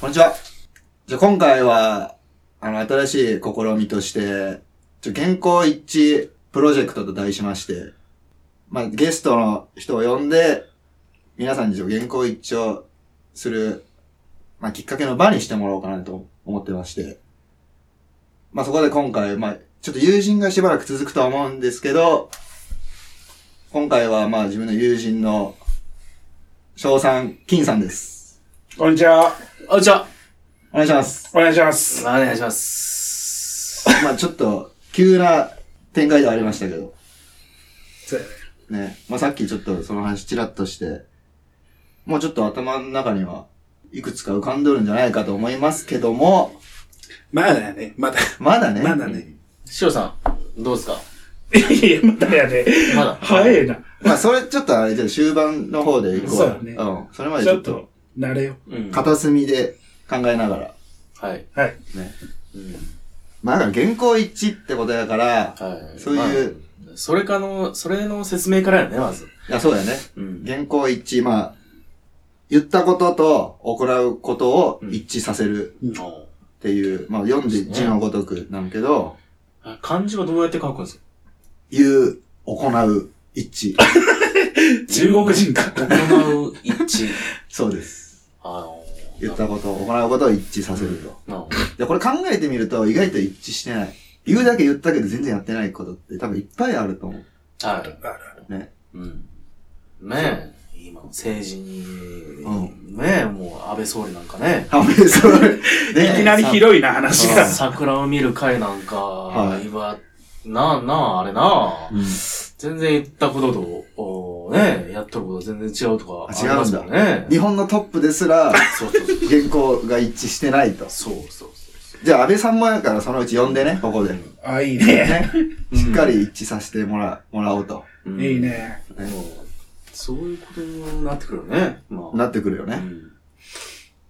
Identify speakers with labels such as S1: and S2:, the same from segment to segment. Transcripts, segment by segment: S1: こんにちは。じゃあ今回は、あの、新しい試みとして、ちょ原稿一致プロジェクトと題しまして、まあ、ゲストの人を呼んで、皆さんにちょっと原稿一致をする、まあ、きっかけの場にしてもらおうかなと思ってまして。まあ、そこで今回、まあ、ちょっと友人がしばらく続くとは思うんですけど、今回はまあ自分の友人の、翔さん、金さんです。
S2: こんにちは。
S3: あ、じゃあ、
S1: お願いします。
S2: お願いします。
S3: お願いします。
S1: まあちょっと、急な展開ではありましたけど。
S3: そうやね。
S1: ね。まあさっきちょっとその話チラッとして、もうちょっと頭の中にはいくつか浮かんどるんじゃないかと思いますけども、
S2: まだやね。まだ。
S1: まだね。
S2: まだね。
S3: しおさん、どうですか
S2: いや、まだやね。
S3: まだ
S2: 早いな。
S1: まあそれちょっとあれじゃあ終盤の方で行こう。
S2: そうだね
S1: ん。それまで
S2: ち
S1: ちょ
S2: ょ
S1: っ
S2: っ
S1: と
S2: と、慣れよ
S3: うん。
S1: 片隅で考えながら。
S3: はい。
S2: う。はい。
S1: ね。
S3: うん。
S1: まあだから原稿一致ってことだから、
S3: はい。
S1: そういう、
S3: まあそれかの、それの説明からやね、まず。
S1: いやそうだよね。
S3: うん。
S1: 原稿一致、まあ、言ったことと行うことを一致させる。っていう、まあ読んで字のごとくなんけど、
S3: あ漢字はどうやって書くんですか
S1: 言う、行う、 一致。
S2: 中国人か。
S3: 行う一致。
S1: そうです。
S3: あのー、
S1: 言ったこと、行うことを一致させると。
S3: なるほ
S1: で、これ考えてみると意外と一致してない。言うだけ言ったけど全然やってないことって多分いっぱいあると思う。
S3: ど。はい。
S1: ね。
S3: うん。ねえ、今の政治に、
S1: う
S3: ねえ、もう安倍総理なんか ね。
S1: あ、めそれ。
S2: いき
S1: ね
S2: なり広いな、話が。
S3: 桜を見る会なんか、
S1: い
S3: 今、なあなあ、あれなあ。
S1: うん
S3: 全然言ったことと、おーね、やっとること全然違うとか
S1: あ
S3: ありますもんね。
S1: 日本のトップですら、
S3: そうそうそう。
S1: 原稿が一致してないと。
S3: そうそう
S1: じゃあ安倍さんもやからそのうち呼んでね、ここで。
S2: あ、いいね。
S1: ね。
S3: そう。
S1: しっかり一致させてもら、もらおうと。
S3: うん。
S2: いいね。
S3: うん。もうそういうことになってくるよね。まあ。
S1: なってくるよ
S3: う
S1: ね。
S3: ん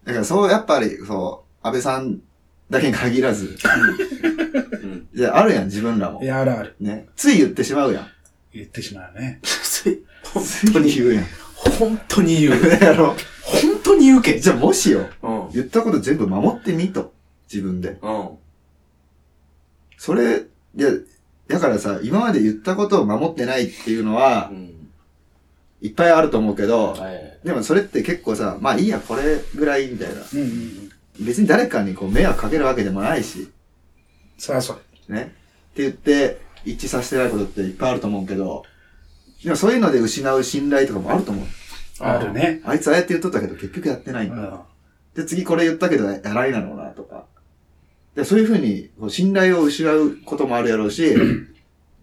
S1: だからそう、やっぱり、そう、安倍さんだけに限らず、
S3: うん。
S1: いや、あるやん、自分らも
S2: い。や、あるある。
S1: ね。つい言ってしまうやん。
S2: 言ってしまうね。
S1: つい言うやん。
S3: 本当に言う。
S1: やろ。
S3: 本当に言うけ。
S1: じゃあもしよ、
S3: うん。うん。
S1: 言ったこと全部守ってみと。自分で。それ、いや、だからさ、今まで言ったことを守ってないっていうのは
S3: う、ん。
S1: いっぱいあると思うけど、
S3: はい。
S1: でもそれって結構さ、まあいいや、これぐらいみたいな。
S2: うんうんうん。
S1: 別に誰かにこう迷惑かけるわけでもないし、
S2: さあ、そう。
S1: ね。って言って、一致させてないことっていっぱいあると思うけど、でもそういうので失う信頼とかもあると思う。
S2: あるね。
S1: あいつああやって言っとったけど結局やってな
S2: う
S1: いんだ。
S2: ん。
S1: で、次これ言ったけど、やられなのな、とか。で、そういうふうに、こう信頼を失うこともあるやろう し、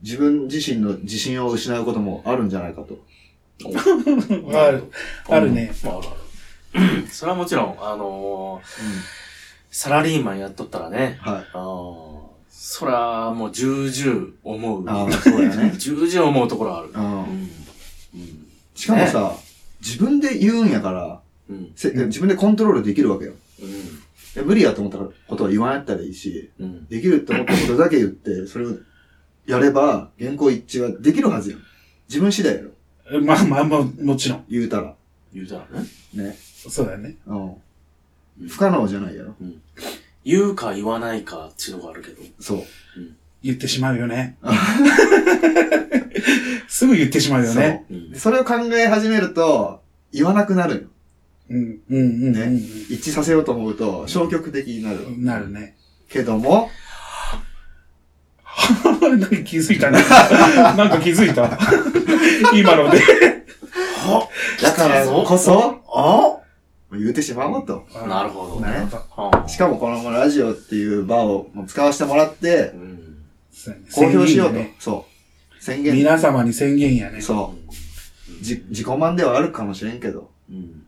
S1: 自分自身の自信を失うこともあるんじゃないかと。
S2: ある。あるね。
S3: まあ、あるある。それはもちろん、あのー、サラリーマンやっとったらね、
S1: はい。
S3: あーそら、もう、重々思う。
S1: ああ、そうや ね。
S3: 重々思うところある。
S1: うん。
S3: うん。
S1: しかもさ、自分で言うんやから、
S3: うん。
S1: せ
S2: うん
S1: 自分でコントロールできるわけよ。
S3: うん。
S1: で無理やと思ったことは言わんやったらいいし、
S3: うん。
S1: できると思ったことだけ言って、それをやれば、原稿一致はできるはずよ。自分次第やろ。
S2: まあまあまあ、もちろん。
S1: 言うたら。
S3: 言うたらね。
S1: ね。
S2: そうだね。
S1: うん。不可能じゃないやろ。
S3: 言うか言わないかっていうのがあるけど。
S1: そう。
S2: 言ってしまうよね。すぐ言ってしまうよね。
S3: う
S1: で
S3: ん。
S1: それを考え始めると、言わなくなるよ。
S2: うん。うんうんうん
S1: 一致させようと思うと、消極的になる
S2: う。ん。なるね。
S1: けども、
S2: なんか気づいた ね。なんか気づいた。今ので。
S1: だからこそ、
S3: あ
S1: 言うてしまおうと。
S3: なるほど
S1: ね
S3: ね。
S2: ど。
S3: はあ
S1: しかもこのラジオっていう場を使わせてもらって
S3: う、ん。
S2: そうやね
S1: 公表しようと
S2: 宣言やね。
S1: そう。宣言。
S2: 皆様に宣言やね。
S1: そう。じ、自己満ではあるかもしれんけど。
S3: うん。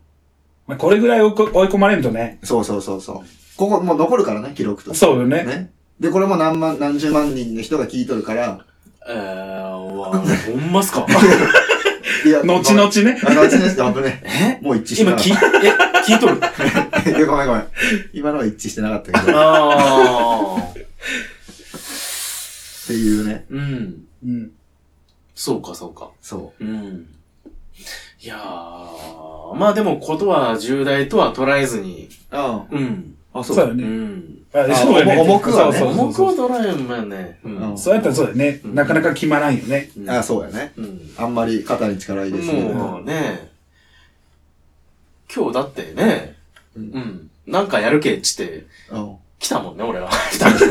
S2: まあ、これぐらい追いこ追い込まれるとね。
S1: そうそうそうそう。ここもう残るからね、記録と。
S2: そうよね。
S1: ね。で、これも何万、何十万人の人が聞いとるから、
S3: えー、うわ、ほんますか
S1: いや
S2: 後々ね。
S1: あの、ちです。危ねえ。
S3: え
S1: もう一致して
S3: 今
S1: なかっ
S3: 聞い、え、聞いとる
S1: た。いやごめんごめん。今のは一致してなかったけど。
S3: ああ。
S1: っていうね。
S3: うん。
S2: うん。
S3: そうか、そうか。
S1: そ
S3: うん。いやー、まあでもことは重大とは捉えずに、
S1: あ
S3: うん。
S1: あ。あ、
S2: そ
S1: そうう。
S2: だよ
S3: う
S2: ね。
S3: ん。
S2: あ
S1: あ
S2: そうだよね
S1: 重くはね
S2: そうそう
S3: 重く
S2: そう
S3: は
S2: そう
S3: 捉えんもんね。うん。
S2: そうやったらそうだよね。なかなか決まらんよね。
S1: ああ、そうやね。
S3: うん。
S1: あんまり肩に力入れすぎる。
S3: もうね、今日だってね、
S1: う
S3: う。
S1: ん
S3: なんかやるけっちって、
S1: うん。
S3: 来たもんね、俺は。来たけ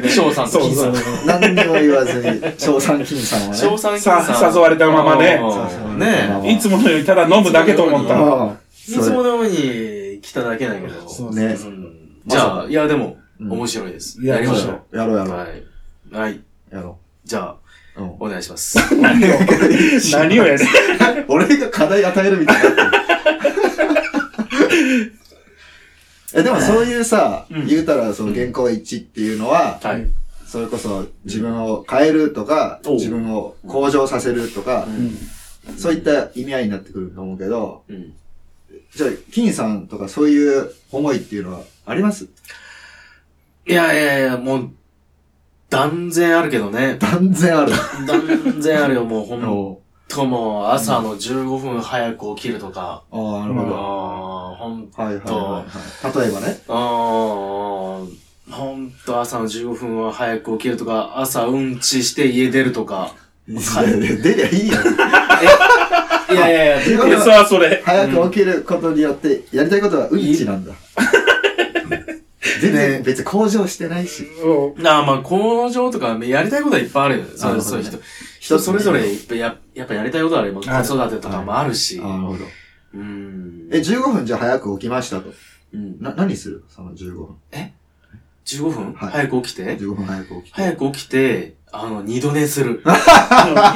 S3: ど。翔さんと金さん。
S1: 何にも言わずに、賞賛金さんは
S3: 翔
S1: ね。
S3: さん、金
S2: さ
S3: さん。
S2: 誘われたままね
S3: うん
S1: そう
S3: ね
S1: そう
S2: いつものよりただ飲むだけと思ったら。
S1: ああ。
S3: いつ
S1: そ
S3: も
S1: れ
S3: のように来ただけだけど。
S2: そう
S1: ね
S3: う。ん
S1: ま
S3: じ
S1: さか
S3: ゃあ、いや、でも、
S1: うん
S3: 面白いです。
S2: いや
S3: やりましょ
S1: やろうや
S3: う。
S1: ろう。
S3: はい。はい。
S1: やろ
S3: じゃあ、
S1: う。うん。
S3: お願いします。
S2: 何を、何をやる
S1: 俺が課題与えるみたいになって るえでもそういうさ、
S3: うん
S1: 言うたらその原稿一致っていうのは、
S3: はい。
S1: それこそ自分を変えるとか、
S3: おう
S1: 自分を向上させるとか、
S3: うん
S1: そういった意味合いになってくると思うけど、
S3: うん。
S1: じゃあ、金さんとかそういう思いっていうのはあります
S3: いやいやいや、もう、断然あるけどね。
S1: 断然ある。
S3: 断然あるよ、もうほん
S1: おう
S3: ともう、朝の15分早く起きるとか。
S1: ああ、なる
S3: あ
S1: ほど。
S3: あー、ほ
S1: は
S3: ん、
S1: いはいはい、はい。例えばね。
S3: あーほんと朝の15分は早く起きるとか、朝うんちして家出るとか。い
S1: 出りゃいいよ。
S3: いやい やいや、
S2: いやそれはそれ。
S1: 早く起きることによって、やりたいことはうんちなんだ。全然別に向上してないし。
S3: なあ、まあ、工場とか、やりたいことはいっぱいあるよね。そ
S1: な
S3: う
S1: る
S3: そ
S1: ほど
S3: う
S1: ね
S3: 人、人それぞれいっぱいや、やっぱやりたいことはあります。
S2: ある
S3: 子育てとかもあるし。
S1: なるほど。
S3: うん。
S1: え、15分じゃ早く起きましたと。
S3: うん、
S1: な、何するその15分。
S3: 15分、
S1: はい
S3: 早く起きて
S1: 15分早く起きて。
S3: 早く起きて、あの、二度寝する。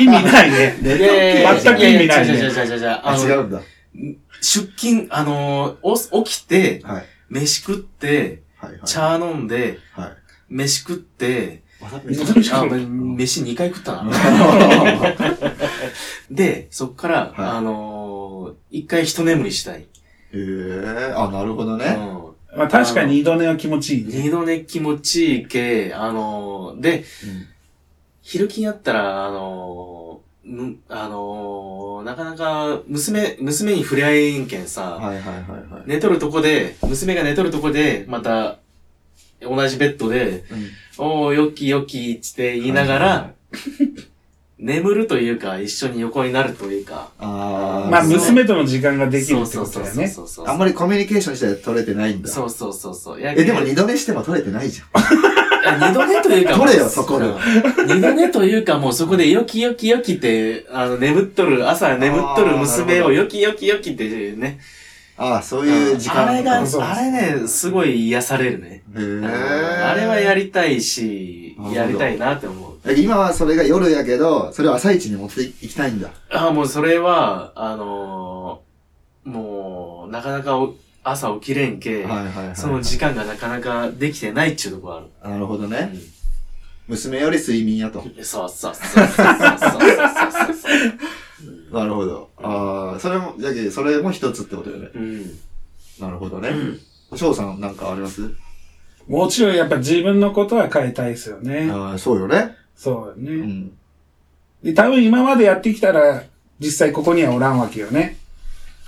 S2: 意味ないね。
S1: 寝
S2: 全く意味ないね
S3: じゃじゃじゃじゃ
S1: あ、
S3: あ
S1: 違
S3: の、
S1: うんだ。
S3: 出勤、あの、お起きて、
S1: はい。
S3: 飯食って、
S1: はいはい。
S3: 茶飲んで、
S1: はい。
S3: 飯 食って、あ、
S2: う
S3: め
S1: ん
S3: 飯2回食ったな。
S1: は
S3: で、そっか
S1: は
S3: ら、
S1: い
S3: あのー、一回一眠りした
S1: い。
S3: い。
S1: へえ、あ、なるほどね。
S3: うん
S2: んまあ確かに二度寝は気持ちいいね。
S3: 二度寝気持ちいいけ、あのー、で、昼勤やったら、あのー、む、あのー、なかなか、娘、娘に触れ合えんけんさ、
S1: はいはいはいはい。
S3: 寝とるとこで、娘が寝とるとこで、また、同じベッドで、おー、よきよきって言いながら、
S1: はいはい
S3: 眠るというか、一緒に横になるというか、
S1: あー
S2: まあ
S3: そう
S2: 娘との時間ができるって
S3: そ
S2: こ
S3: うそ
S2: と
S3: う
S2: だよ
S3: そう
S2: ね。
S3: そうそう。
S1: あんまりコミュニケーションして取れてないんだ。
S3: そうそうそうそう。
S1: え、でも
S3: 二
S1: 二度寝しても取れてないじゃん。
S3: 二度寝というか。
S1: 取れよそこで
S3: 二度寝というか、もうそこでよきよきよきって、あの、眠っとる、朝眠っとる娘
S1: あ
S3: を
S1: ーなるほど
S3: よきよきよきってね。
S1: ああ、そういう時間。
S3: あれが、
S2: そうそう
S3: あれね、すごい癒されるね。
S1: へえ。
S3: あれはやりたいし
S1: なる、ほど
S3: やりたいなって思う。
S1: 今はそれが夜やけど、それを朝一に持っていきたいんだ。
S3: ああ、もうそれは、あのーもう、なかなかお朝起きれんけ、
S1: はいはいはい。
S3: その時間がなかなかできてないっちゅうところ
S1: なるほど
S3: ある。
S1: ね。娘より睡眠やと。
S3: うんそうそうそうそうそうそうそうそう。
S1: なるほど。ああ、それも、じゃけ、それも一つってことよね。
S3: うん。
S1: なるほどね。翔さんなんかあります
S2: もちろんやっぱ自分のことは変えたいですよね。
S1: ああ、そうよね。
S2: そうだ
S1: う
S2: ね。
S1: ん。
S2: で、多分今までやってきたら、実際ここにはおらんわけよね。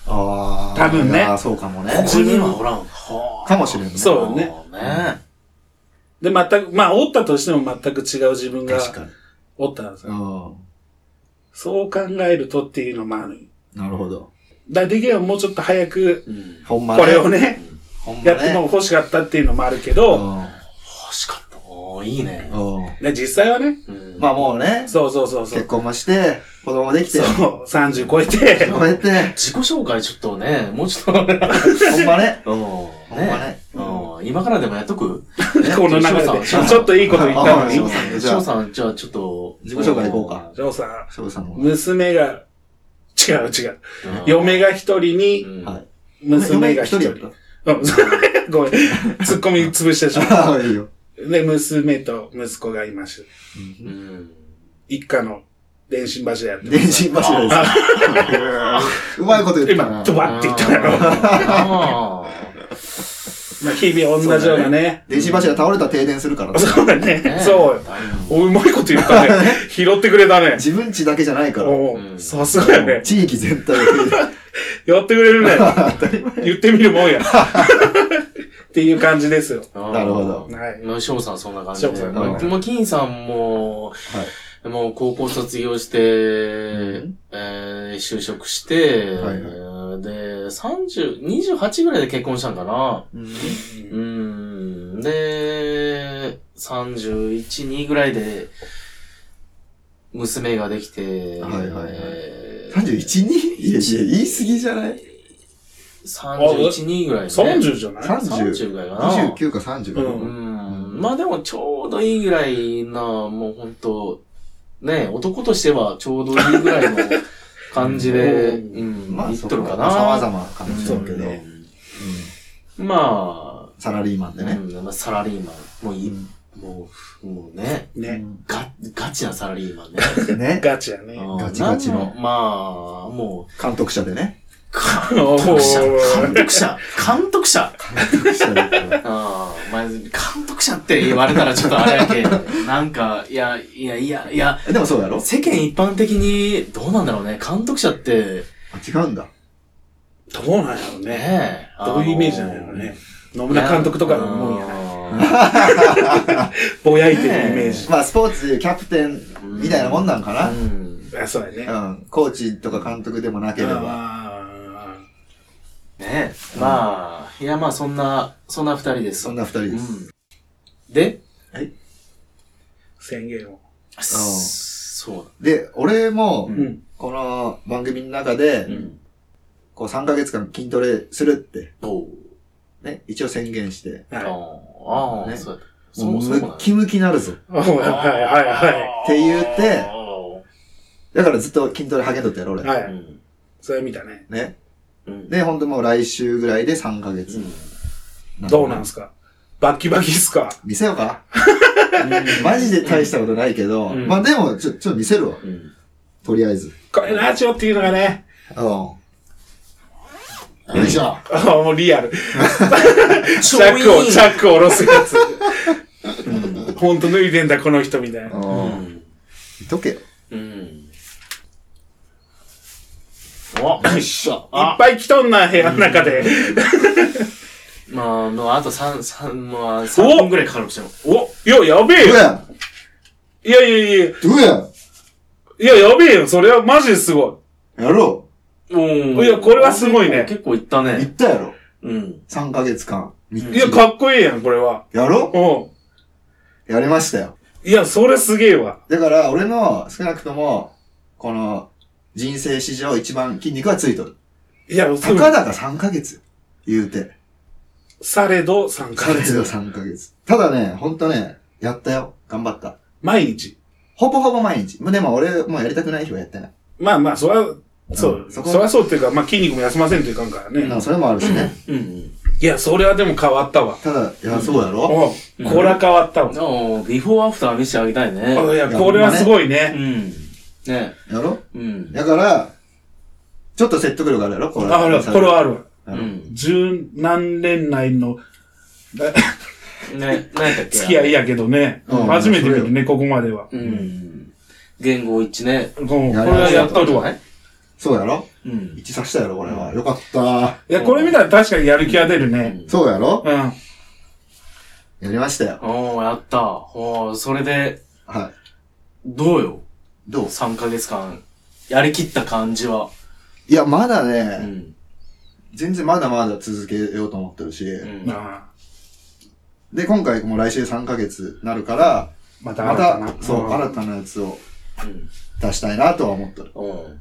S1: ああ。
S2: 多分ね
S1: ああ、そうかもね。
S3: ここにはおらん。はあ
S1: かもしれんね。
S2: そう
S3: そうね。ね
S2: で、全く、まあ、おったとしても全く違う自分が
S1: 確かに。
S2: おったんですよ。
S1: うん。
S2: そう考えるとっていうのもある。
S1: なるほど。
S2: だからできればもうちょっと早く、
S3: うん。
S1: ほんま
S2: こ
S1: ね。
S2: れをね、
S1: ほんまね。
S2: やっても欲しかったっていうのもあるけど、
S3: 欲しかった。おーいいね。
S1: うん。うん。
S2: で実際はね、
S3: うん
S1: まあもうね、
S2: そうそうそうそ
S1: 結
S2: う。
S1: 婚もして、子供できて
S2: そう、、30超えて、
S1: こうやって、
S3: 自己紹介ちょっとね、もうちょっと。
S1: ほんまね。
S3: うん。
S1: ほんまね。
S3: うん。今からでもやっ とく
S2: この中で、ちょっといいこと言ったの
S1: あ
S2: に
S1: そう、さんねじゃあ
S3: 翔さん、じゃあちょっと。
S1: 自己紹介行こうか
S2: ジョーさん、
S1: 翔さんは。
S2: 娘が、違う違う。
S3: うん。
S2: 嫁が一人に、
S3: うん。
S1: はい。
S2: 娘が一
S1: 一人
S2: 人
S1: や。っ。
S2: うんごめん、 ツッコミ潰してしまった
S1: ああ、いいよ。
S2: た。で、娘と息子がいます。
S3: うん。
S2: 一家の電信柱やってます
S1: 電信柱 です。うまいこと言ったな
S2: 今、。ドバって言ったやろ。
S3: あー
S2: まあ、日々同じようなね。
S1: 電信柱倒れたら停電するからね。
S2: そうだ ね。そう。お、うまいこと言ったね。 拾ってくれたね。
S1: 自分家だけじゃないから。
S2: お
S3: う
S2: うんさすがやね。
S1: 地域全体
S2: やってくれるね。言ってみるもん や。っていう感じですよ。
S3: うん
S1: なるほど
S2: はい。
S3: まあ、しょうさんはそんな感じで。
S2: しょうさん
S3: まあ、まあ金さんも、もう高校卒業して、
S1: ん
S3: えー就職して、
S1: はいは
S3: で、30、28ぐらいで結婚したんかな。
S1: で。
S3: うん。で、31、2ぐらいで、娘ができて、
S1: はいはいはい
S3: えー
S1: 三十一人いやいや、言い過ぎじゃない
S3: 31、2ぐらいね。
S2: 30じゃない
S1: 三十
S3: 30ぐらいかな。
S1: 二十九か三十かな。
S2: うん
S3: うんまあでもちょうどいいぐらいな、もうほんと、ね、男としてはちょうどいいぐらいの感じで、
S2: う
S3: うん、
S1: まあ、
S3: 言っ
S1: そ
S3: とる
S1: う
S3: かな。
S1: 様々かもし
S2: そ
S1: れ
S2: うん
S1: けど、うん
S3: ま
S1: サラリーマン
S3: あ、
S1: でね。
S3: うんまあサラリーマン。もうい、もう、もうね、
S2: ね。
S3: ガ、ガチなサラリーマンね。
S1: うんね。
S2: ガチやね。
S3: うん
S1: ガチガチの
S3: なんまあ、もう、
S1: 監督者でね。
S3: 監
S2: お
S3: 督者、監
S2: ー
S3: 督者、監督者。
S1: 監督者だから
S3: ああ、まあ、監督者って言われたらちょっとあれやけ ん。なんか、いや、いや、いや、いや、
S1: えでもそうやろ
S3: 世間一般的に、どうなんだろうね。監督者って、
S1: あ違うんだ。
S2: どうなんやろうね。
S3: ねえ。
S2: どういうイメージなんやろうね。野村監督とかのもんやない。
S3: な。
S2: ぼやいてるイメージ。
S1: まあ、スポーツでいうキャプテンみたいなもんなんか
S3: う
S1: な。
S3: ん。
S2: あそうやね。
S1: うん。コーチとか監督でもなければ。
S2: あ
S3: ねえ。まあ、いや、まあ、そんな、そんな二人です。
S1: そんな二人
S3: う
S1: です。
S3: ん。で、
S2: ー宣言を。
S3: そう
S1: で、俺も
S3: う
S2: う、
S3: ん
S2: ん。
S1: この番組の中
S3: だ。
S1: で、
S3: うん。
S1: こう3ヶ月間筋トレするって、
S3: おう。
S1: ね、一応宣言して、
S3: あ
S2: はい。
S3: あ、ああ、
S1: ね
S3: そうだった。そ
S1: も
S3: も
S1: う
S3: そ
S1: ムッ
S3: もなんだ
S1: キムキになるぞ。
S2: はいはいは
S1: って言うて
S3: あ
S1: だからずっと筋トレ励んどったやろ、俺。
S2: い。は
S3: あう
S2: い。
S3: ん。
S2: それ見たね。
S1: ね。
S3: うん。
S1: で、ほんともう来週ぐらいで3ヶ
S3: う
S1: 月。
S3: ん
S2: どうなん
S1: す
S2: すかバッキバキっすか
S1: 見せようかマジで大したことないけど、
S3: うん
S1: まあでも、ちょ、ちょっと見せるわ。
S3: うん。
S1: とりあえず。
S2: これラジオっていうのがね、
S1: うん。よいしょ。
S2: あもうリアル。 チ
S3: 超
S2: ャックを、
S3: いい
S2: チャックを下ろすやつ。うんほんと脱いでんだ、この人みたいうな。
S1: ん。
S3: ん。
S1: 見とけよ。
S3: うん。お
S1: よいしょ。
S2: いっぱい来とんな、部屋の中で。
S3: まあ、もうあと3、三まあ、3分ぐらいかかるかもしれない。
S2: お、いや、やべえ
S1: どう
S2: よ。
S1: や
S2: いやいやいや、い
S1: どうや
S2: や、やべえよ。それはマジですご
S1: やろ
S3: おー
S2: いやこれはすごいね
S3: 結構結構いった
S1: う。言
S3: ね
S1: っ。たやろ。
S3: うん。
S1: 3ヶ月間。みっち
S2: い。い
S1: り
S2: や、かっこいいやん、これは。
S1: やろ
S2: う
S1: うやりましたよ。
S2: ん。いや、それすげえわ。
S1: だから、俺の少なくとも、この、人生史上一番筋肉はついとる。
S2: いや、
S1: たかだか3ヶ月よ。言うて。
S2: されど参加
S1: 彼が3ヶ月。ただね、ほんとね、やったよ。頑張った。
S2: 毎日。
S1: ほぼほぼ毎日。でも俺、もうやりたくない日はやってない。
S2: まあまあ、そら、そうう、
S1: んそ
S2: そ
S1: こ
S2: らそうっていうか、まあ筋肉も休ませんといかんからね。
S1: なんかそれもあるしね。
S3: うん。
S2: いや、それはでも変わったわ。
S1: ただ、いや、そうやろ
S2: お
S3: うん
S2: これは変わったわ。
S3: おービフォーアフター見せてあげたいね。
S2: いや、これはすごいうね。
S3: ん。ね。
S1: やろ
S3: うん。
S1: だから、ちょっと説得力あるやろこれ。
S2: あるわこれはあるわ。
S1: う。
S3: うんん。
S2: 十何年来の
S3: ね、なんやったっけ
S2: 付き合い。やけどね。
S1: うん
S2: 初めて見るね、ここまでは。
S3: うん。言語一致ね。
S2: うんこれはやっとるわ。い
S1: そうやろ
S3: うん。
S1: 一致させたやろこれは。よかった。
S2: や、これ見たら確かにやる気は出るね。
S1: そうやろ
S2: うん。
S1: やりましたよ。
S3: おー、やった。おー、それで、
S1: はい。
S3: どうよ
S1: どう
S3: ?3 ヶ月間、やりきった感じは。
S1: いや、まだ
S3: う
S1: ね、
S3: ん。
S1: 全然まだまだ続けようと思ってるし。
S3: うん
S2: まあ、
S1: で、今回もう来週3ヶ月なるから、
S2: また
S1: ま
S2: 新たな
S1: た、。そう、
S2: ん
S1: 新たなやつを
S3: うん。
S1: 出したいなとは思ってる。
S3: うん。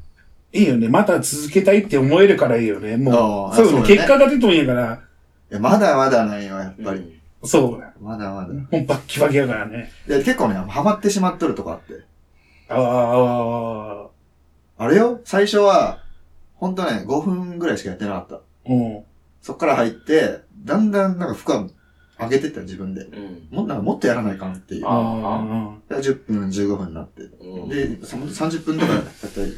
S2: いいよね。また続けたいって思えるからいいよね。も
S1: あ
S2: う、
S1: あ
S2: そう
S1: そう
S2: ね。
S1: だね
S2: 結果が出てもいいから、
S1: いや、まだまだないよ、やっぱり。
S2: そうだ。
S1: まだまだ。
S2: もうバッキバキやからね。
S1: で、結構ね、ハマってしまっとるとこあって。
S2: ああ、
S1: あれよ最初は、ほんとね、5分ぐらいしかやってなかった。
S2: うん。
S1: そっから入って、だんだんなんか負荷上げてった自分で。
S3: うん。
S1: も、なんかもっとやらないかんっていう。
S3: あ
S2: あ
S1: で10分、15分になって。
S3: うん。
S1: で、そ30分とかやったり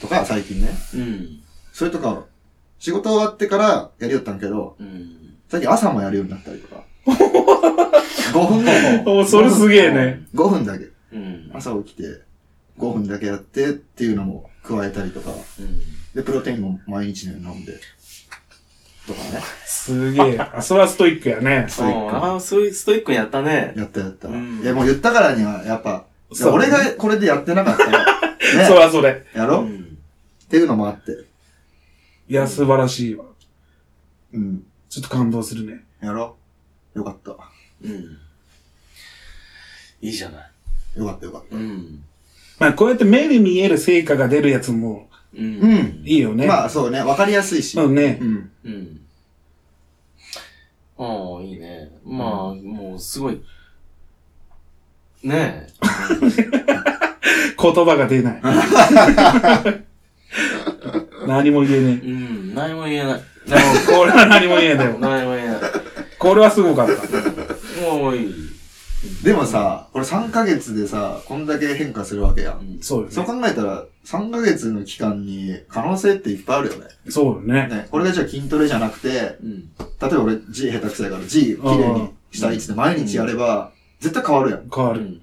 S1: とか、最近ね。
S3: うん。
S1: それとか、仕事終わってからやりよったんけど、
S3: うん。
S1: 最近朝もやるようになったり とか。5分だけ。
S2: おそれすげえね。
S1: 5分だけ。
S3: うん。
S1: 朝起きて、5分だけやってっていうのも加えたりとか。
S3: うん。
S1: で、プロテインも毎日のように飲んで。とかね。
S2: すげえ。あそれはストイックやね。
S1: ス
S3: そ
S1: ト
S3: う
S1: イ
S3: ん、
S1: ック
S3: ああ、そういうストイックにやったね。
S1: やったやった。
S3: うん
S1: いや、もう言ったからには、やっぱ、いや
S2: そう
S1: 俺
S2: ね
S1: がこれでやってなかったら、
S2: そ
S1: ね、
S2: れはそれ。
S1: や
S3: う
S1: ろ、っ
S3: ん。
S1: ていうのもあって。
S2: いや、素晴らしいわ。
S1: うん。
S2: ちょっと感動するね。
S1: やろよかった。
S3: うん。いいじゃない。
S1: よかったよかった。
S3: うん。
S2: まあ、こうやって目に見える成果が出るやつも
S3: う。
S1: うんん。
S2: いいよね。
S1: まあ、そうね。わかりやすいし。
S2: そうね
S1: う。ん。
S3: うん。ああ、いいね。まあ、もう、すごい。ね
S2: 言葉が出 ない。何も言えね
S3: え。うん。何も言えない。
S2: え。もうこれは何も言えないよ。
S3: 何も言えない。
S2: これはすごかった。
S3: もういい。
S1: でもさ、これ3ヶ月でさ、こんだけ変化するわけや。
S3: うんん
S2: そうよ
S1: そう
S2: ね。
S1: 考えたら、3ヶ月の期間に可能性っていっぱいあるよね。
S2: そうよね。
S1: ね。これがじゃあ筋トレじゃなくて、例
S3: うん。
S1: えば俺 G 下手くそやから G 綺麗にしたいっつって毎日やれば、絶対変わるやん。っ
S2: 変わ
S3: う
S2: る。
S3: ん。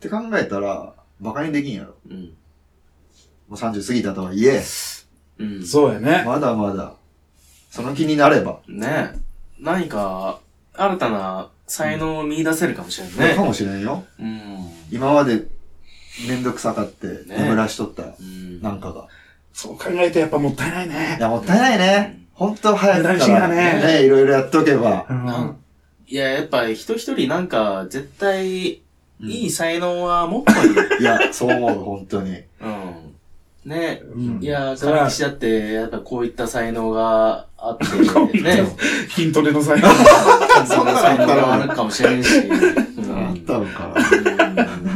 S1: て考えたら、馬鹿にできんやろ。
S3: うん。
S1: もう30過ぎたとはいえ、
S3: うん。
S2: そうやね。
S1: まだまだ、その気になれば、
S3: ねえ。何か、新たな才能を見出せるかもしれない
S1: か
S3: ね。
S1: もしれんよ。
S3: うん。
S1: 今まで、めんどくさかって、眠らしとった、
S3: うん。
S1: なんかが。
S2: そう考えてやっぱもったいない
S1: い
S2: ね。
S1: や、もったいないね。ほんと早くか
S2: 無駄にし
S1: ら、
S2: やね
S1: ね、いろいろやっとけば
S2: う。ん。
S3: いや、やっぱ人一人なんか、絶対、
S1: うん
S3: いい才能は持っといる。
S1: いや、そう思う、ほんとに。
S3: うん。ね
S2: うん
S3: いや、
S2: それは
S3: 川岸だって、やっぱこういった才能があって、ね。
S2: 筋トレの才能。
S3: そんな才能があるかもしれんし。うん
S1: あったのか
S3: う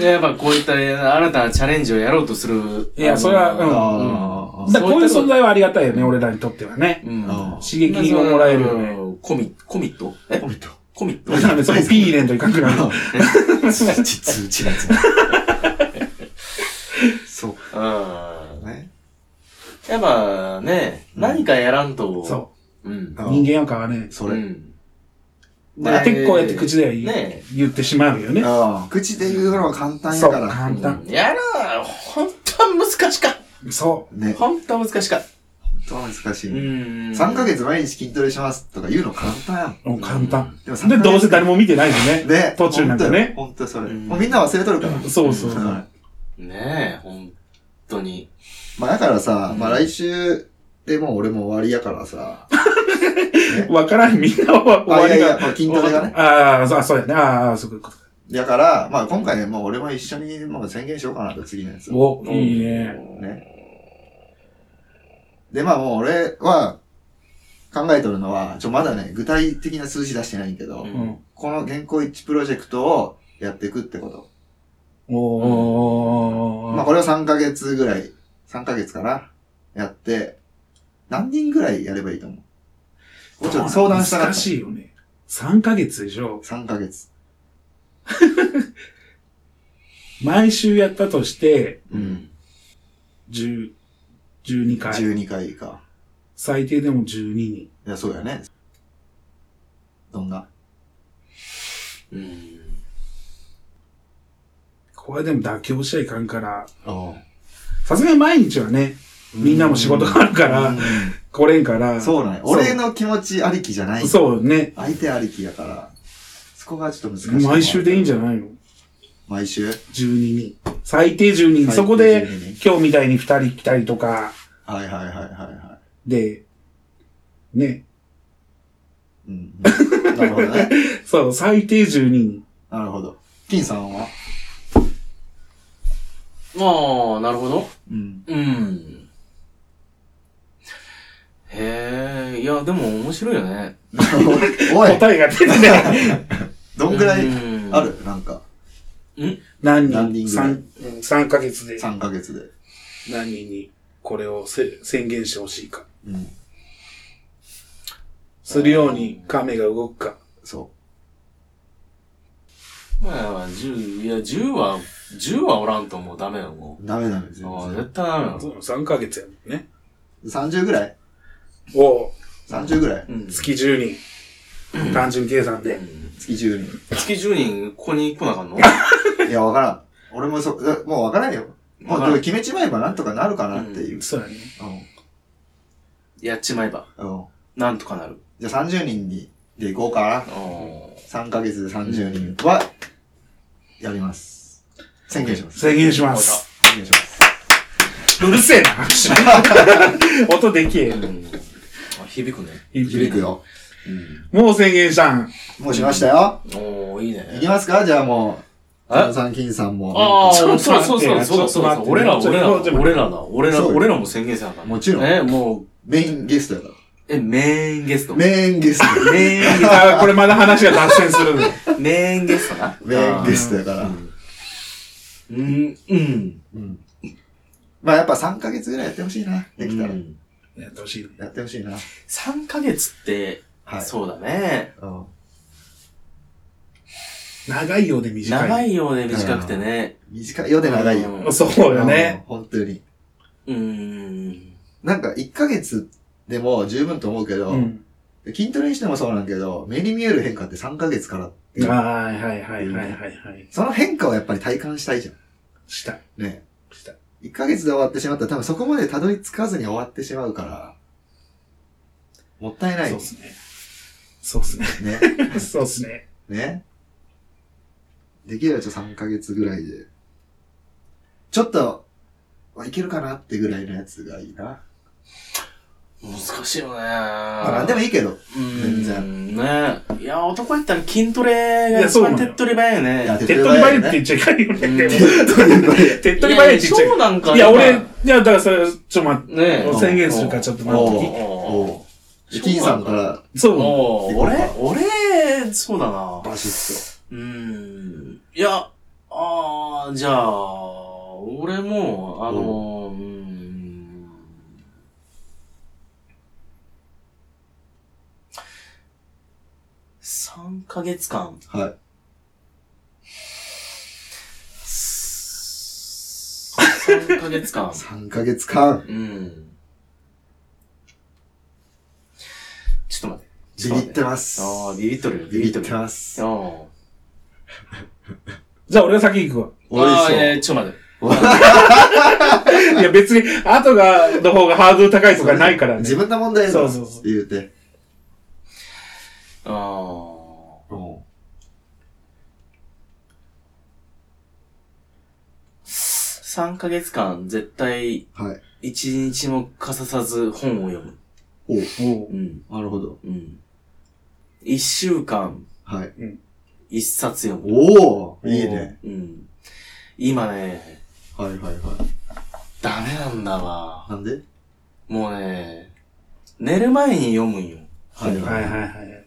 S3: んやっぱこういった新たなチャレンジをやろうとする。
S2: いや
S3: あの
S2: それはうん
S1: な。
S3: う
S1: あ
S3: ん
S1: ー
S2: だからこういう存在はありがたいよね、俺らにとってはね。
S3: うん。
S1: あー
S2: 刺激をもらえるよね。
S3: うんコミ、コミットえ
S1: コミット。
S3: コミット
S2: なんでそこ P 入れんといかんくなる。
S1: 通知、通知のやつ。そう
S3: うん。
S1: ね。
S3: やっぱね、
S1: うん
S3: 何かやらんと。。
S2: そう
S3: うん。
S1: あ
S2: 人間は変わらね
S1: そうれ。
S3: ん。
S2: え。だから結構やって口では
S3: ね
S2: 言言ってしまうよね。
S1: うん口で言うのは簡単や
S2: そう、
S1: から。
S2: 簡単。
S3: うんやら、ほんと難しか。
S2: そ
S1: ね。
S3: ほんと難しか。
S1: ほんと難しいね。
S3: ん
S1: 3ヶ月毎日筋トレしますとか言うの簡単やもん。
S2: う。もう簡単。
S1: でも
S2: で、どうせ誰
S1: も。
S2: も見てないしね。
S1: ね。
S2: 途中なんかね
S1: ほんとよほんとそれ。
S3: うん
S1: もうみんな忘れとるから。
S2: そうそう
S1: う
S2: そ
S1: ん
S2: う。
S3: ねえ、ほんとに。
S1: まあだからさ
S3: う、ん
S1: まあ来週でもう俺も終わりやからさ。
S2: わからん、みんなは終わ
S1: あいや
S2: り
S1: いや
S2: が。
S1: まあ筋トレがね。
S2: ああ、そうそうやね。ああ、そういうこと。
S1: だから、まあ今回ね、もう俺も一緒にもう宣言しようかなと、次のやつ。
S2: お、いいね。
S1: ね。で、まあもう俺は考えとるのは、ちょ、まだね、具体的な数字出してないんけど、
S3: う
S2: うん。
S1: この原稿一致プロジェクトをやっていくってこと。
S2: お
S1: まあ
S2: ー。
S1: これを3ヶ月ぐらい、3ヶ月かなやって、何人ぐらいやればいいと思うこれちょっと相談したか
S2: 難
S1: った。
S2: しいよね。3ヶ月でしょ。
S1: 3ヶ月。
S2: 毎週やったとして、
S1: うん。
S2: 10、12回。
S1: 12回か。
S2: 最低でも12人。
S1: いや、そうやね。どんな
S3: うん。
S2: これでも妥協しちゃいかんから。
S1: あ
S2: さすがに毎日はね、みんなも仕事があるから、来れんから。
S1: そうなんや。
S2: そう
S1: 俺の気持ちありきじゃない。
S2: そうね。
S1: 相手ありきやから、そこがちょっと難しい。
S2: 毎週でいいんじ
S1: ゃん。
S2: ゃないの
S1: 毎週
S2: ?12 人。最低12
S1: 最
S2: 人。
S1: 低12人
S2: そこで、今日みたいに2人来たりとか、
S1: はいはいはいはいは
S2: で、ね。
S1: い。うん。うんなるほどね。
S2: そう、最低12人。
S1: なるほど。金さんは
S3: まあ、なるほど。
S1: うん。
S3: うん。へえ、いや、でも面白いよね。
S1: おい、
S2: 答えが出てね。
S1: どんぐらい
S3: うん
S1: あるなんか、
S2: 何人
S1: 何人ぐらい
S2: 3, 3ヶ月で
S1: 3ヶ月で。
S2: 何人にこれをせ宣言してほしいか。
S1: うん。
S2: するように亀が動くか。
S1: そ
S3: まあ、10、いや、10は、10はおらんともうダメよ、も
S1: う。ダメダメ、全
S3: う。ああ、
S1: 然
S3: 絶。対ダメよ。
S2: 3ヶ月やもんね。
S1: 30ぐらい
S2: おう
S1: 30ぐらい
S3: うん
S2: 月10人。単純計算で。
S1: 月10人。
S3: 月10人、ここに来なあかんの
S1: いや、わからん。俺もそ、だもうわからんよ。もう
S3: わか
S1: で
S3: ら
S1: も
S3: ん
S1: 決めちまえばなんとかなるかなっていう。
S2: そうやね。
S3: やっちまえば、
S1: うん。うん。
S3: なんとかなる。
S1: じゃあ30人に、でいこうかな。
S3: お
S1: 3ヶ月で30人は、やります。宣言します。
S2: 制限しま
S3: ー
S2: す。
S1: 宣言します。
S2: うるせえな。 音できへん。
S3: うんあ響くね。
S1: 響くよ。
S2: もう宣言したん。
S1: もうしましたよ。
S3: おー、いいね。
S1: いきますかじゃあもう、
S3: え
S1: 佐野さん、金さんも。
S3: ああ、
S2: ちょ
S3: そう
S2: っと
S3: そう
S2: 待っ
S3: そう
S2: て
S3: そうそう
S2: ちょっと待って
S3: 俺ら、
S2: ちょっ
S3: 俺
S2: と
S3: ら、
S2: 待って
S3: 俺らな、俺ら、
S1: そうよ
S3: 俺らも宣言せなあかん。
S1: もちろん
S3: え、も
S1: メインゲストやか
S3: う、え、メインゲスト。
S1: ら。
S3: メ
S1: メインゲスト。
S3: インゲス
S2: あーこれまだ話が脱線するの。
S3: ト。メインゲストな。
S1: メインゲストやから。
S3: うん、うん。
S1: うん。まあやっぱ3ヶ月ぐらいやってほしいな。できたら
S3: う。ん
S2: やってほしいね。
S1: やってほしいな。
S3: 3ヶ月って、
S1: はい。
S3: そうだね。
S1: うん。
S2: 長いようで短い。
S3: 長いようで短くてね。
S1: 短いよで長いよ。
S3: うん
S2: そうよね。
S1: うん。本当に。
S3: うん。
S1: なんか1ヶ月でも十分と思うけど、
S2: うん。
S1: 筋トレにしてもそうなんだけど、目に見える変化って3ヶ月からっていう
S2: はいはいはいはいはいはい。
S1: その変化をやっぱり体感したいじゃん。
S2: した。
S1: ね。
S2: した。
S1: 1ヶ月で終わってしまったら多分そこまでたどり着かずに終わってしまうから、もったいない。
S2: そう
S1: ね
S2: っ。すね。そうっすね。そうっすね。
S1: ね。できればちょっと3ヶ月ぐらいで。ちょっと、まあいけるかなってぐらいのやつがいいな。
S3: 難しいよね。
S1: まあ、なんでもいいけど。
S3: う
S1: 全
S3: ん
S1: 然
S3: ねいや、男やったら筋トレが
S2: いや
S3: 一
S2: そうな
S3: 番
S2: のよ
S3: 手っ取り早いよね。
S1: いや手
S2: 手っ取り早いって言っちゃいかんよね。でも手っ取り早いって言っちゃい
S3: そうなん
S2: か
S3: か
S2: ん。いや、俺、いや、だからそれ、ちょっと待っ
S3: ね
S2: て、宣言するからちょっと待
S1: お
S2: っ
S1: う
S2: て
S1: おう。で金さんから、
S2: き。そう。
S3: お
S1: う
S3: ー
S1: ん
S3: 俺、俺、そうだな。
S1: バシッ
S3: うーん。いや、あー、じゃあ、俺も、あのー、うーん。3ヶ月間。
S1: と。はい。
S3: 3ヶ月 間。
S1: 3ヶ月間、
S3: うん。ちょっと待って。
S1: ビビってます。
S3: ああ、ビビっとるよ、
S1: ビ
S3: ビ
S1: ビ
S3: ビ
S1: っ
S3: っとる
S1: て
S3: よ。
S1: ます。
S3: あ
S2: じゃあ俺が先行くわ。
S1: 俺
S3: あ、いやい
S1: で
S3: やちょっと待って。
S2: いや、別に、後が、の方がハードル高い
S1: し
S2: と
S1: ょ。
S2: かないからね。
S1: 自分の問題だ
S2: そうそうそう
S1: 言うて。
S3: ああ。
S1: お
S3: 3ヶ月間絶対
S1: うはい。
S3: 一日も欠かさず本を読む。
S1: おう
S2: おう
S3: うん。
S1: なるほど。
S3: うん。一週間
S1: はい。
S3: 一冊読む。
S1: おおいいね。
S3: うん。今ね、
S1: はいはいはい。
S3: ダメなんだわ。
S1: なんで
S3: もうね、寝る前に読むんよ。
S1: はい
S2: はいはいはい。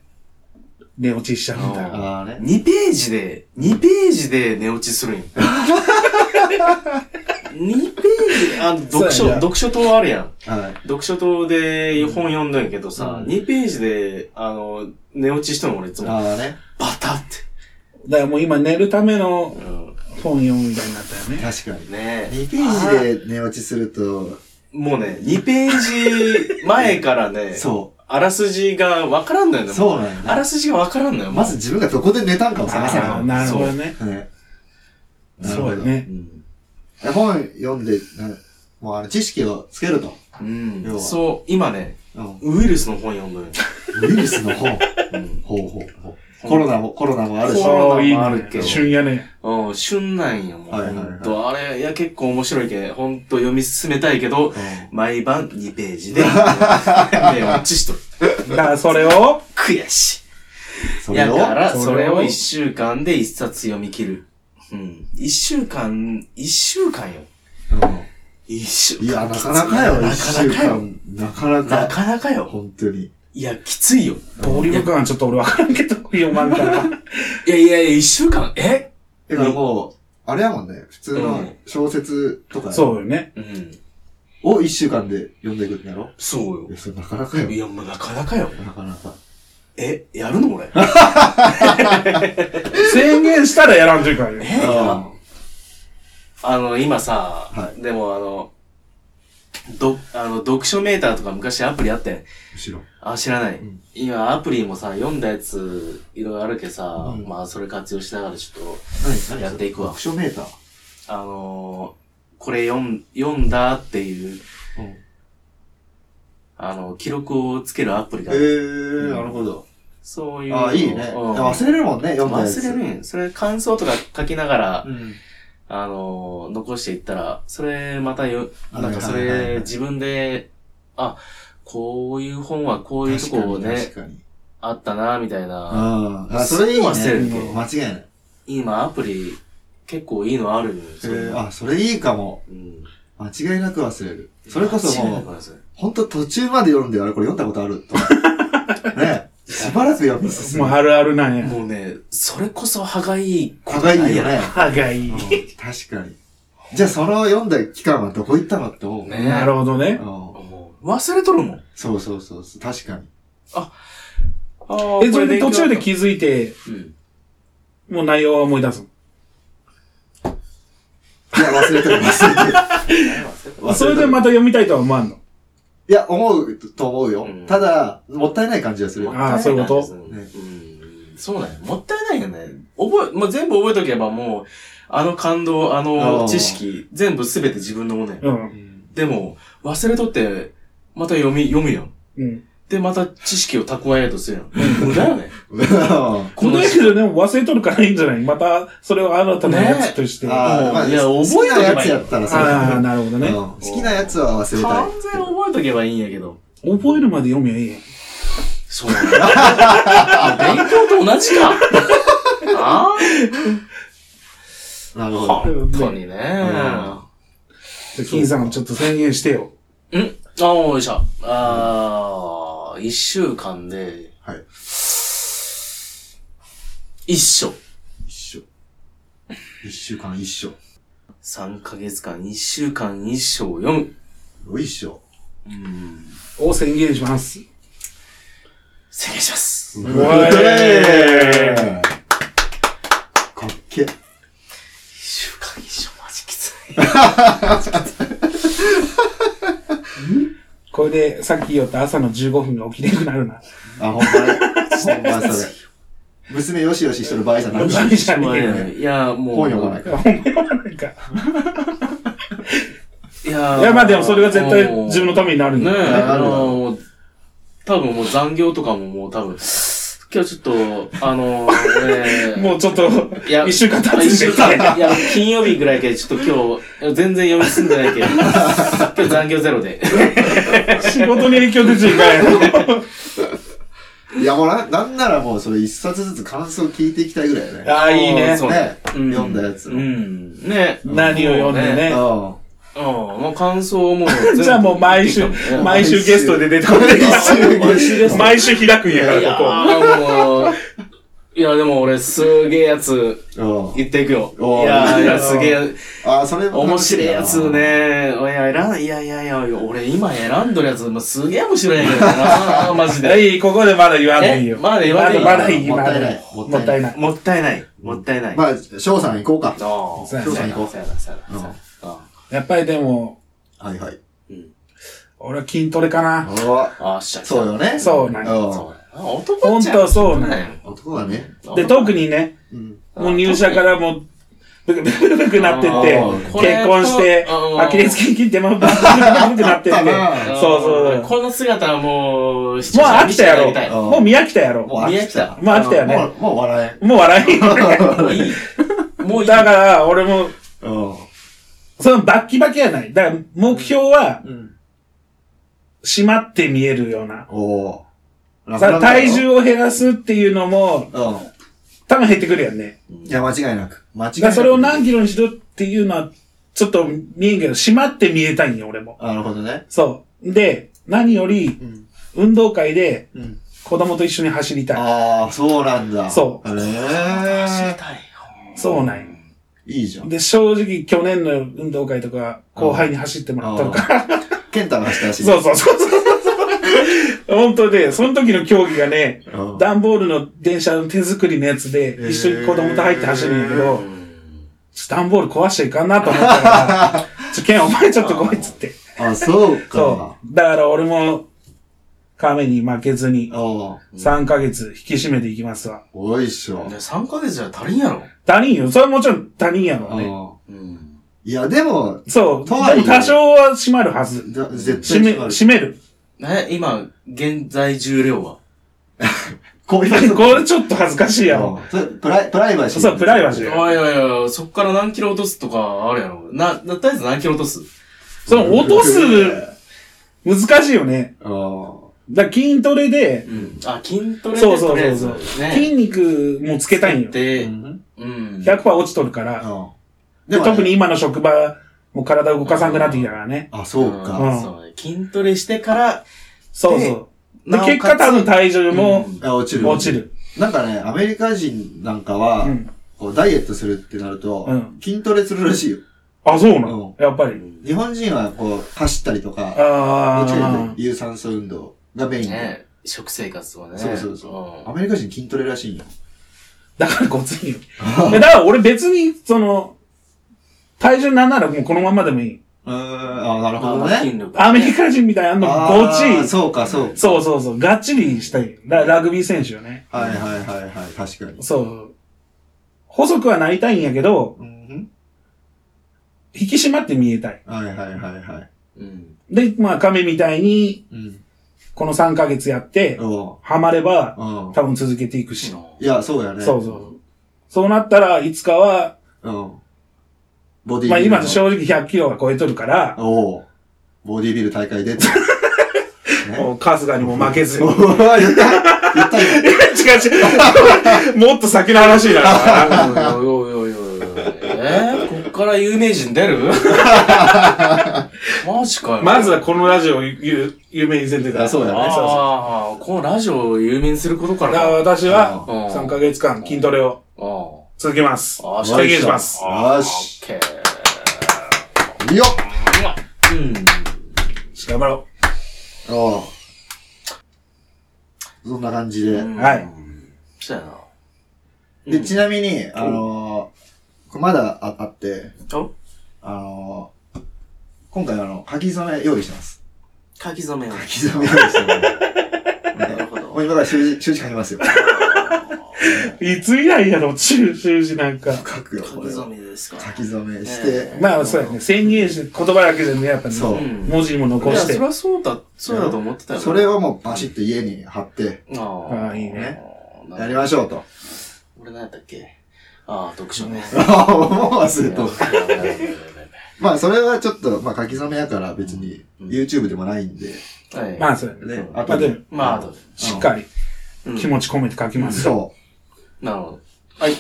S2: 寝落ちしちゃうんだ。
S1: ああね。
S3: 2ページで、2ページで寝落ちする んよ。2ページで、あの、読
S2: そう
S3: 書、
S2: やな
S3: 読書灯あるやん。
S1: はい。
S3: 読書灯で本読んだんやけどさ、
S1: うん
S3: 2ページで、あの、寝落ちしても俺いつも、
S1: ああね。
S3: バタって。
S2: だからもう今寝るための
S3: うん。
S2: 本読むみたいになったよね。
S1: 確かに。
S3: ねえ。
S1: 2ページで寝落ちすると、
S3: あもうね、2ページ前からね、
S1: そ
S3: あらすじがわからんのよ
S1: う。
S3: ね。う。
S1: そうなん
S3: あ
S1: だ。
S3: らすじがわからんのよ。
S1: まず、自分がどこで寝たんかを探さ
S2: あー
S1: な
S2: なるほどね。
S1: い。ね
S2: そうだ。
S3: う
S2: ね。
S3: ん。
S1: なるほど本読んで、なもうあの知識をつけると。
S3: うん
S1: 要は
S3: そう、今ね、
S1: うん
S3: ウイルスの本読んだよ。
S1: ウイルスの本。
S3: うん。
S1: ほうほうほう。コロナも、コロナもあるし。
S3: コロナも
S2: いい
S3: あるけ
S2: ね。
S3: ど
S2: 旬やね。
S3: うん、旬なんよ、もう。
S1: はいはいはい
S3: ほんとあれ、いや、結構面白いけ。ほんと読み進めたいけど、毎晩2ページ で、寝落ちしとる。
S2: だからそれを、
S3: 悔しい。
S1: そ
S3: い
S1: れ
S3: や、
S1: を、
S3: だから、
S2: そ
S3: そ
S2: れ
S3: れ
S2: を
S3: を一週間で一冊読み切る。うん。一週間、一週間よ。一週間。
S1: いや、なかなかよ、
S3: な
S1: 一
S3: か
S1: 週
S3: なかよ。
S1: 間。なかな
S3: な
S1: か。
S3: かなかよ。
S1: 本当に。
S3: いや、きついよ。
S2: ボリューム感はちょっと俺わからんけど、読まんから。
S3: いやいやいや、一週間、え
S1: だからもう、あれやもんね、普通
S3: う
S1: の
S3: ん
S1: 小説とか
S2: そうよね。
S3: うん。
S1: を一週間で読んでいくんやろ
S3: そう
S1: いや、それなかなかよ
S3: よ。。いや、もうなかなかよ。
S1: なかなか。
S3: え、やるの俺。
S2: 宣言したらやらんというからね。
S3: え
S1: うん
S3: あの、今さ、
S1: はい
S3: でもあの、ど、あの、読書メーターとか昔アプリあったやん。
S1: 後ろ。
S3: あ、知らない。
S1: うん
S3: 今、アプリもさ、読んだやつ、いろいろあるけさ、
S1: うん
S3: まあ、それ活用しながらちょっ
S1: 何
S3: と、やっていくわ
S1: 読。書メーター。
S3: あのー、これ読ん、読んだっていう、
S1: うん
S3: あの、記録をつけるアプリがあ
S1: ええ
S3: る。
S1: ー、なるほど。
S3: そういうのを。
S1: ああ、いいね。
S3: うん
S1: 忘れるもんね、読んだやつ。
S3: 忘れるんやそれ感想とか書きながら、
S1: うん。
S3: あのー、残していったら、それまたよ、なんかそ
S1: はいはいはいはい
S3: れ自分で、あ、こういう本はこういうとこをね
S1: 確、かに。
S3: あったな、みたいな。
S1: ああ、それいいね。
S3: すぐ忘れるけど
S1: うん間違いない。
S3: 今アプリ結構いいのあるよ。
S1: え
S3: そういうの
S1: ー、あ、それいいかも。
S3: うん
S1: 間違いなく忘れる。それこそ
S3: 間違
S1: も
S3: いな
S1: う、
S3: くです
S1: ほんと途中まで読んで、あれこれ読んだことあると。ねしばらく読み進
S2: もう
S1: む。
S2: あるあるなんや。
S3: もうね、それこそ歯がいいこと
S1: 歯がい
S3: ないや
S1: よね。
S2: 歯がいい
S1: うん。確かに。じゃあその読んだ期間はどこ行ったのって思う。
S3: ね
S2: なるほどね。
S1: うん
S3: もう忘れとるもん。
S1: そうそうそうそう。確かに。
S3: あ
S2: え、それで途中で気づいて、
S3: うん。
S2: もう内容は思い出す。
S1: いや、忘れてる、忘れてる。忘れ
S2: それでまた読みたいとは思わんの。
S1: いや、思うと思うよ。
S3: うん
S1: ただ、もったいない感じがするよ。
S2: あーそういうこと
S1: ね
S3: うん。そうなんや。もったいないよね。覚え、もう全部覚えとけばもう、あの感動、あ
S1: あー
S3: の知識、全部すべて自分のものや。
S2: うん。
S3: でも、忘れとって、また読み、読むやん。
S2: うん。
S3: で、また知識を蓄えようとするやん。無駄よ
S1: う
S3: ね。
S1: ん
S2: このやつでも忘れとるからいいんじゃないまた、それを新たなやつとして。あ
S1: あーまあ
S3: いや
S1: 好きな
S3: 覚えとけ
S1: や
S3: ばい
S1: つ
S3: い
S1: やったら
S2: あー、
S1: さ、
S2: なるほど
S1: う
S2: ね
S1: ん。好きなやつは忘れた
S3: 完
S1: い。
S3: 全に覚えとけばいいんやけど。
S2: 覚えるまで読みゃいいやん。
S3: そうなんだ。あ勉強と同じか。あ
S1: なる
S3: あ
S1: ほど。
S3: 本当にね。あ
S2: じゃあ金さん、ちょっと宣言してよ。
S3: あ、よいしょ。ああ、一週間で、
S1: はい。
S3: 一章。
S1: 一緒。一週間一緒。
S3: 三ヶ月間、一週間、一章を読む。
S1: よいしょ。
S3: うん。
S2: を宣言します。
S3: 失礼します。
S1: う
S2: わい
S1: かっけ。
S3: 一週間、一章、マジきつい。
S2: これで、さっき言った朝の15分が起きれなくなるな。
S1: あ、ほんまね。ほんまそれ。娘よしよししとる場合じゃない。
S2: 何じゃねえよ。
S3: いや、もう。
S1: 本読まない
S2: い
S1: か
S2: やほんまやなんか。
S3: いやー
S2: いや、まあでもそれが絶対自分のためになるん
S3: ね
S2: だ
S3: え、
S2: よ。
S3: あのー、多分もう残業とかももう多分、今日ちょっと、あのー、
S2: もうちょっと、
S3: いや
S2: 一週間経
S3: 一
S2: つ
S3: 週
S2: んだよね。
S3: 間、いや、金曜日ぐらいけど、ちょっと今日、全然読み進ん でないけど、今日残業ゼロで。
S2: 仕事に影響出ちゃいかんやろ。
S1: いや、もうな、なんならもうそれ一冊ずつ感想聞いていきたいぐらいだよね。
S2: ああ、いいね
S3: そ。う
S1: ね。
S3: うん
S1: 読んだやつ
S3: う
S1: の。
S3: ん。ね
S2: 何を読んで
S1: う
S2: ね。
S1: ん。
S3: うん、もう感想をもう全部。
S2: じゃあもう毎週
S3: い、
S2: 毎週ゲストで出てこない。
S1: 毎週ゲスト
S2: 毎週開くんや
S3: や
S2: から、こ
S3: ーもう、いや、でも俺、すげえやつ、
S1: うん。
S3: 言っていくよ。い
S1: おー
S3: やいや、すげえ。
S1: あ、それも
S3: 面
S1: 楽し
S3: 白
S1: み
S3: い
S1: だな
S3: やつ。ね。いや、選ん、いやいやいや、俺今選んどるやつ、もうすげえ面白いんやけどな、マ ジ
S2: う。
S3: で。
S2: いい、ここでまだ言わないよ。
S3: えまだ言わないよ
S2: まだいい、
S1: も
S2: ま
S1: ったい
S2: だ
S1: ない
S2: いい。
S1: も
S2: も
S1: っ
S2: った
S1: いない
S2: たいない。
S3: もったいない。もったいない。
S1: まあ、翔さん行こうか。
S3: あ
S2: そうや
S1: ね
S3: そうやな、そうやな、そうやな。
S2: やっぱりでも、
S1: はいはい。
S2: 俺は筋トレかな。
S1: あ
S3: ああ、しちゃった
S1: そうよね。
S2: そうなんや
S1: う
S3: そ
S1: ん
S3: うやな。男っちゃ、
S2: ほんとそうなんや
S1: 男はね。
S2: で、特にね、
S1: うん。
S2: もう入社かららもう、ブクブクブクブクなってって
S3: あー、これ
S2: 結婚して
S3: あ、ー
S2: アキレス腱切って、まあブクブクブクなってっ
S1: あってたな、
S2: そうそう。
S3: この姿はも
S2: も
S3: う、もう
S2: う飽きたやろ。
S1: た
S2: もう見飽きたやろ。
S1: もう
S2: も
S1: 飽きた。
S2: う飽きたよね。
S1: もう、もう笑
S2: もう笑い よね。
S3: もういい。もういい。
S2: だから、俺も、
S1: えん。
S2: そのバッキバキやない。だから、目標は、
S1: うん。
S2: 締まって見えるような。
S1: おお。
S2: さ体重を減らすっていうのも、
S1: う
S2: 多分減ってくるやんね。
S1: ん。いや、間違いなく。間違い
S2: だか
S1: な
S2: ら
S1: く。
S2: それを何キロにしろっていうのは、ちょっと見えんけど、締まって見えたいんよ、俺も。
S1: なるほどね。
S2: そう。で、何より
S1: う、ん。
S2: 運動会で
S1: うん。
S2: 子供と一緒に走りたい。
S1: ああ、そうなんだ。。
S2: そう
S3: 走り
S1: え
S3: たいよ。
S2: そうなんよ
S1: え。いいじゃん。
S2: で、正直、去年の運動会とか、後輩に走ってもらったのか
S1: ケンタが走ったらしい。
S2: そうそうそうそうそう。本当で、その時の競技がね、
S1: うん。
S2: 段ボールの電車の手作りのやつで、一緒に子供と入って走るんやけ
S1: へ
S2: ど、
S3: うん
S2: ちょっと段ボール壊しちゃいかんなと思ったから、ちょ、ケンお前ちょっと来いっつって。
S1: あ、そう
S2: そ
S1: か。
S2: う。だから俺も、亀に負けずに、
S1: あ
S2: 3ヶ月引き締めていきますわ。
S1: おいっしょ。
S3: 3ヶ月じゃ足りんやろ。
S2: 他人よ。それはもちろん他人やろうね。
S1: あ
S3: うん。
S1: いや、でも、
S2: そう。で
S1: と
S2: も
S1: はいえ
S2: 多少は締まるはず。
S1: だ絶対
S2: 締め、
S1: 違う。
S2: 締める。
S3: ね、今、現在重量は。
S1: こういう
S2: これちょっと恥ずかしいやろ。
S1: うんそれプライプライバシー。
S2: そう、プライバシ
S3: い
S2: ー。
S3: やいやいや、そっから何キロ落とすとかあるやろ。な、な、とりあえず何キロ落とす
S2: その、落とす、難しいよね。
S1: うん
S2: だから筋トレで、
S3: うん。あ、筋トレで
S2: そうそう
S3: とりあえず
S2: そうそう
S3: ね。
S2: 筋肉もつけたいんよ。
S1: う
S3: で、
S1: ん。
S3: うん。
S2: 100%落ちとるから。で、
S1: もね
S2: 特に今の職場、もう体動かさなくなってきたからね。
S1: あ、そう
S2: う
S1: か。
S2: ん
S3: そうね筋トレしてから、
S2: そうそう。で、
S3: なおかつ
S2: 結果多分体重も
S3: うん
S1: あ落ちる。
S2: 落ち。る。
S1: なんかね、アメリカ人なんか
S2: う
S1: は、
S2: ん。
S1: こうダイエットするってなると、
S2: うん
S1: 筋トレするらしいよ。
S2: あ、そうなのやっぱり。
S1: 日本人はこう、走ったりとか、どっちかというと
S2: あ
S1: 有酸素運動がメインで。
S3: ね、食生活をね。
S1: そうそうそう。アメリカ人筋トレらしいんよ。
S2: ー。だからごつ いよ。いやだから俺別に、その、体重なんならもうこのまんまでもいい。
S1: うーん、あ、なる
S3: うん
S1: ほど
S3: まあ筋
S1: ね。
S3: 力
S2: アメリカ人みたいな
S1: あ
S2: あの、ご
S1: ー
S2: ちい。
S1: そうか、そうか。
S2: そうそうそう。がっちりしたい。だからラグビー選手よね。
S1: はいはいはいはい、確かに。
S2: そう。細くはなりたいんやけど、
S1: うん。
S2: 引き締まって見えたい。
S1: はいはいはいはい。
S3: うん。
S2: で、まあ、亀みたいに、
S1: うん。
S2: この3ヶ月やって、
S1: おう。
S2: ハマれば、
S1: うん。
S2: 多分続けていくし。
S1: いや、そうやね。
S2: そうそう。そうなったらいつかは、
S1: うん。ボディー
S2: まあ
S1: ビルの。
S2: 今正直100キロは超えとるから、
S1: おう。ボディービル大会出て。 ね
S2: もう春日にも負けず。違
S1: お
S2: う
S1: う言った言ったよ。
S2: 違う。もっと先の話になるから。
S3: おいおいおいおいおいえー、こっから有名人出るマジかよ。
S2: まずはこのラジオを有有名にせんでた。
S1: あそうやねそうそう
S3: ああ、このラジオを有名にすることか
S2: だ
S3: ら
S2: から
S3: か。
S2: 私は
S3: うん
S2: 3ヶ月間筋トレを
S3: あー
S2: 続けます。
S3: あー
S2: お願いします。
S1: よし。
S3: オッケー。
S1: いいよ
S3: うん。
S2: 頑張ろ
S1: おうそんな感じで。
S3: うん
S2: はい。
S3: そうやな。
S1: で、
S3: うん
S1: ちなみに、あのー、これまだああって、
S3: お
S1: あのー、今回あの、書き初め用意してます。
S3: 書き初めを。
S1: 書き初め用意して ます。
S3: なるほど。
S1: もう今から習字、習字書きますよ。
S2: う。いつ以来やろ、中、中時なんか。
S1: 書くよ、
S3: 書
S1: こ
S3: き
S1: れ
S3: 初
S1: は。
S3: めですか。
S1: 書き初めして、
S2: まあそうやね。宣言して言葉だけじゃね、やっぱね。
S1: そう
S3: うん
S2: 文字も
S3: い
S2: 残
S3: や、
S2: し
S3: そ
S2: て
S3: り。ゃそうだ、そうだと思ってたよ。
S1: それをもうバシッと家に貼って、
S3: あ
S2: ああいいね。
S3: ああ
S1: やりましょうと。
S3: 俺何やったっけああ、読書ね。
S1: ああ、思わずと。
S3: は
S1: まあ、それはちょっと、まあ、書き初めやから別に、
S3: うん
S1: YouTube でもないんで、
S3: い。
S2: まあそうやね。
S1: ね、
S2: まあでも、
S3: まあ、あとで。
S2: しっかり
S3: うん
S2: 気持ち込めて書きます。
S1: そ
S3: なるほど。はい。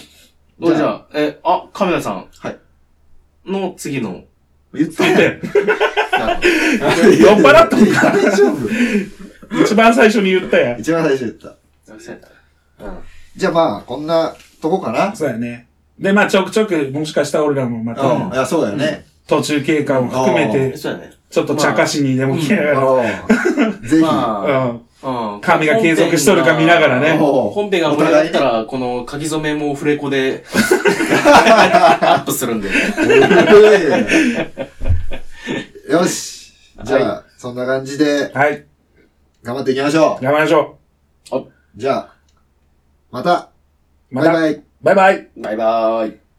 S3: おじゃあ、え、あ、カメラさん。
S1: はい。
S3: の次の。
S1: う。言っ
S2: だ
S1: た
S2: っ
S1: よ。
S2: て、
S1: 酔
S2: っ払ったの
S1: か大丈夫
S2: 一番最初に言ったやん。
S1: 一番最初言った。
S3: う
S1: じゃあまあ、こんなとこかな。
S2: そうやね。で、まあちょくちょく、もしかしたら俺らもま
S1: うん。い
S2: た、
S1: や、そうだよね。
S2: 途中経過も含め
S3: ん。
S2: て、
S3: そうやね。
S2: ちょっと茶化しにでも来
S1: あ
S2: やろ
S1: の、ぜひ、
S2: う。
S3: まあ、
S2: うん。
S3: うん。
S2: 神が継続しとるか見ながらね
S1: おう
S3: 本編が盛り上がったら、この書き初めもフレコ で、アップするんで。
S1: おい よし。じゃあ、そんな感じで、
S2: はい。
S1: 頑張っていきましょう。
S2: 頑張りましょ
S1: じゃあ、また、
S2: う。また、
S1: バイバイ。
S2: バイバイ。
S3: バイバーイ。